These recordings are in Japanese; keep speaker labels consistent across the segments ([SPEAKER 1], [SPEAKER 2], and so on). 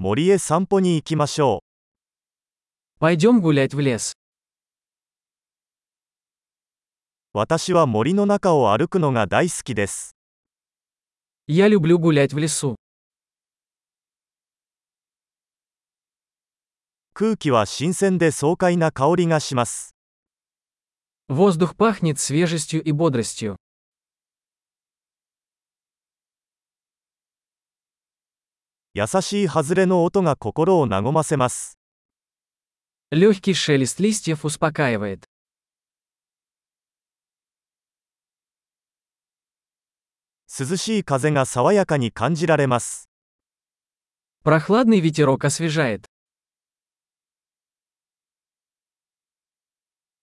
[SPEAKER 1] 森へ散歩に行きましょ
[SPEAKER 2] Пойдем гулять в лес.
[SPEAKER 1] う。私は森の中を歩くのが大好きです。
[SPEAKER 2] Я люблю гулять в лесу.
[SPEAKER 1] 空気は新鮮で爽快な香りがします。
[SPEAKER 2] Воздух пахнет свежестью и бодростью.
[SPEAKER 1] 優しい外れの音が心を和ませます。
[SPEAKER 2] Легкий шелест листьев успокаивает.
[SPEAKER 1] 涼しい風が爽やかに感じられます。
[SPEAKER 2] Прохладный ветерок освежает.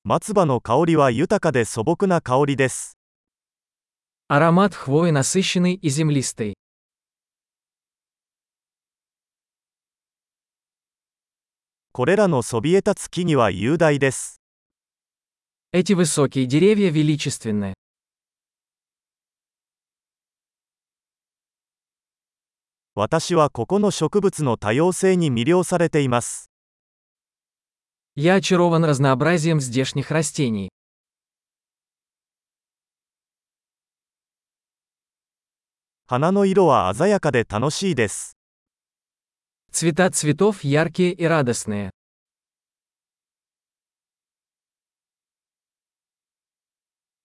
[SPEAKER 1] 松葉の香りは豊かで素朴な香りです。
[SPEAKER 2] Аромат хвои насыщенный и землистый.
[SPEAKER 1] これらのそびえ立つ木々は雄大です。
[SPEAKER 2] Эти высокие деревья величественны.
[SPEAKER 1] 私はここの植物の多様性に魅了されています。
[SPEAKER 2] Я очарован разнообразием здешних растений.
[SPEAKER 1] 花の色は鮮やかで楽しいです。
[SPEAKER 2] Цвета цветов яркие и радостные.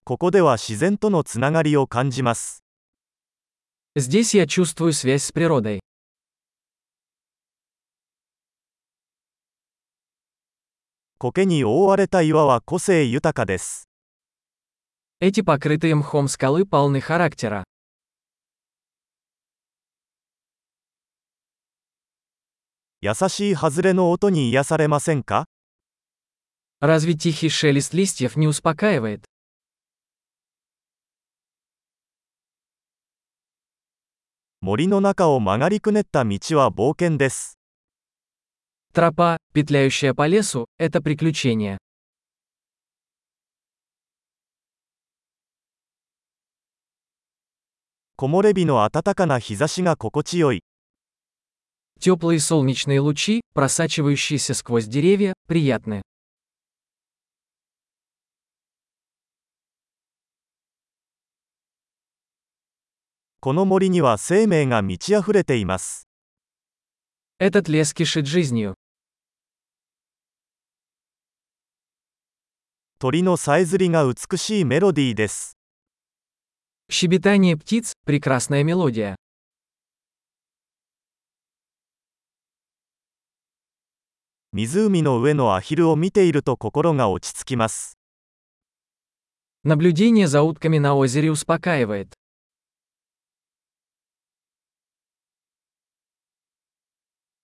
[SPEAKER 1] ここでは自然とのつながりを感じます。
[SPEAKER 2] Здесь я чувствую связь с природой.
[SPEAKER 1] 苔に覆われた岩は個性豊かです。
[SPEAKER 2] Эти покрытые мхом скалы полны характера.
[SPEAKER 1] 優しい外れの音に癒されませんか
[SPEAKER 2] Разве тихий шелест листьев не успокаивает?
[SPEAKER 1] 森の中を曲がりくねった道は冒険です。
[SPEAKER 2] Тропа, петляющая по лесу, это приключение.
[SPEAKER 1] 木漏れ日の暖かな日差しが心地よい。
[SPEAKER 2] Теплые солнечные лучи, просачивающиеся сквозь деревья, приятны.
[SPEAKER 1] この森には生命が満ち溢れています。
[SPEAKER 2] Этот лес кишит жизнью.
[SPEAKER 1] 鳥のさえずりが美しいメロディーです。
[SPEAKER 2] Щебетание птиц – прекрасная мелодия.
[SPEAKER 1] 湖の上のアヒルを見ていると心が落ち着きます。
[SPEAKER 2] Наблюдение за утками на озере успокаивает.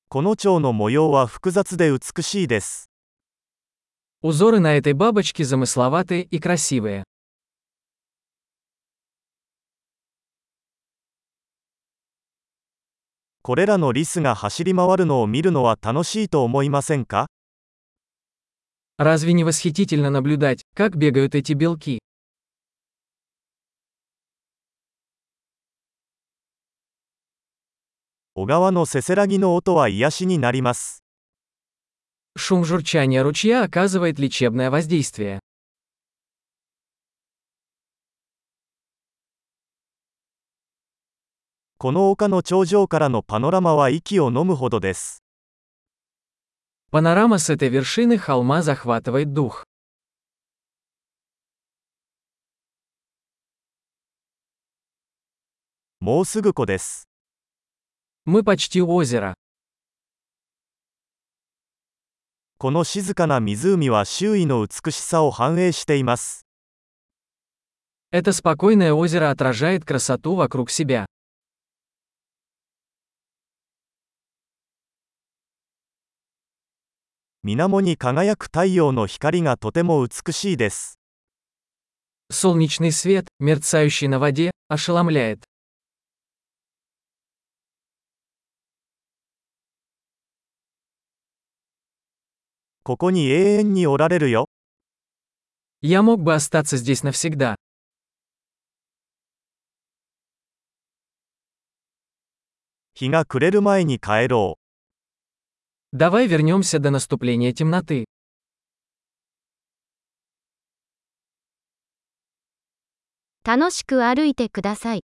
[SPEAKER 1] この蝶の模様は複雑で美しいです。
[SPEAKER 2] Узоры на этой бабочке замысловатые и красивые.
[SPEAKER 1] これらのリスが走り回るのを見るのは楽しいと思いませんか
[SPEAKER 2] Разве не восхитительно наблюдать, как бегают эти белки?
[SPEAKER 1] 小川のせせらぎの音は癒しになります。
[SPEAKER 2] Шум журчания ручья оказывает лечебное воздействие.
[SPEAKER 1] この丘の頂上からのパノラマは息を飲むほどです。
[SPEAKER 2] Панорама с этой вершины холма захватывает дух.
[SPEAKER 1] もうすぐ湖です。
[SPEAKER 2] Мы почти у озера.
[SPEAKER 1] この静かな湖は周囲の美しさを反映しています。
[SPEAKER 2] Это спокойное озеро отражает красоту вокруг себя.
[SPEAKER 1] 水面に輝く太陽の光がとても美しいです。
[SPEAKER 2] Солнечный свет, мерцающий на воде, ошеломляет.
[SPEAKER 1] ここに永遠におられるよ。
[SPEAKER 2] Я мог бы остаться здесь навсегда.
[SPEAKER 1] 日が暮れる前に帰ろう。
[SPEAKER 2] Давай вернемся до наступления темноты.
[SPEAKER 3] 楽しく歩いてください。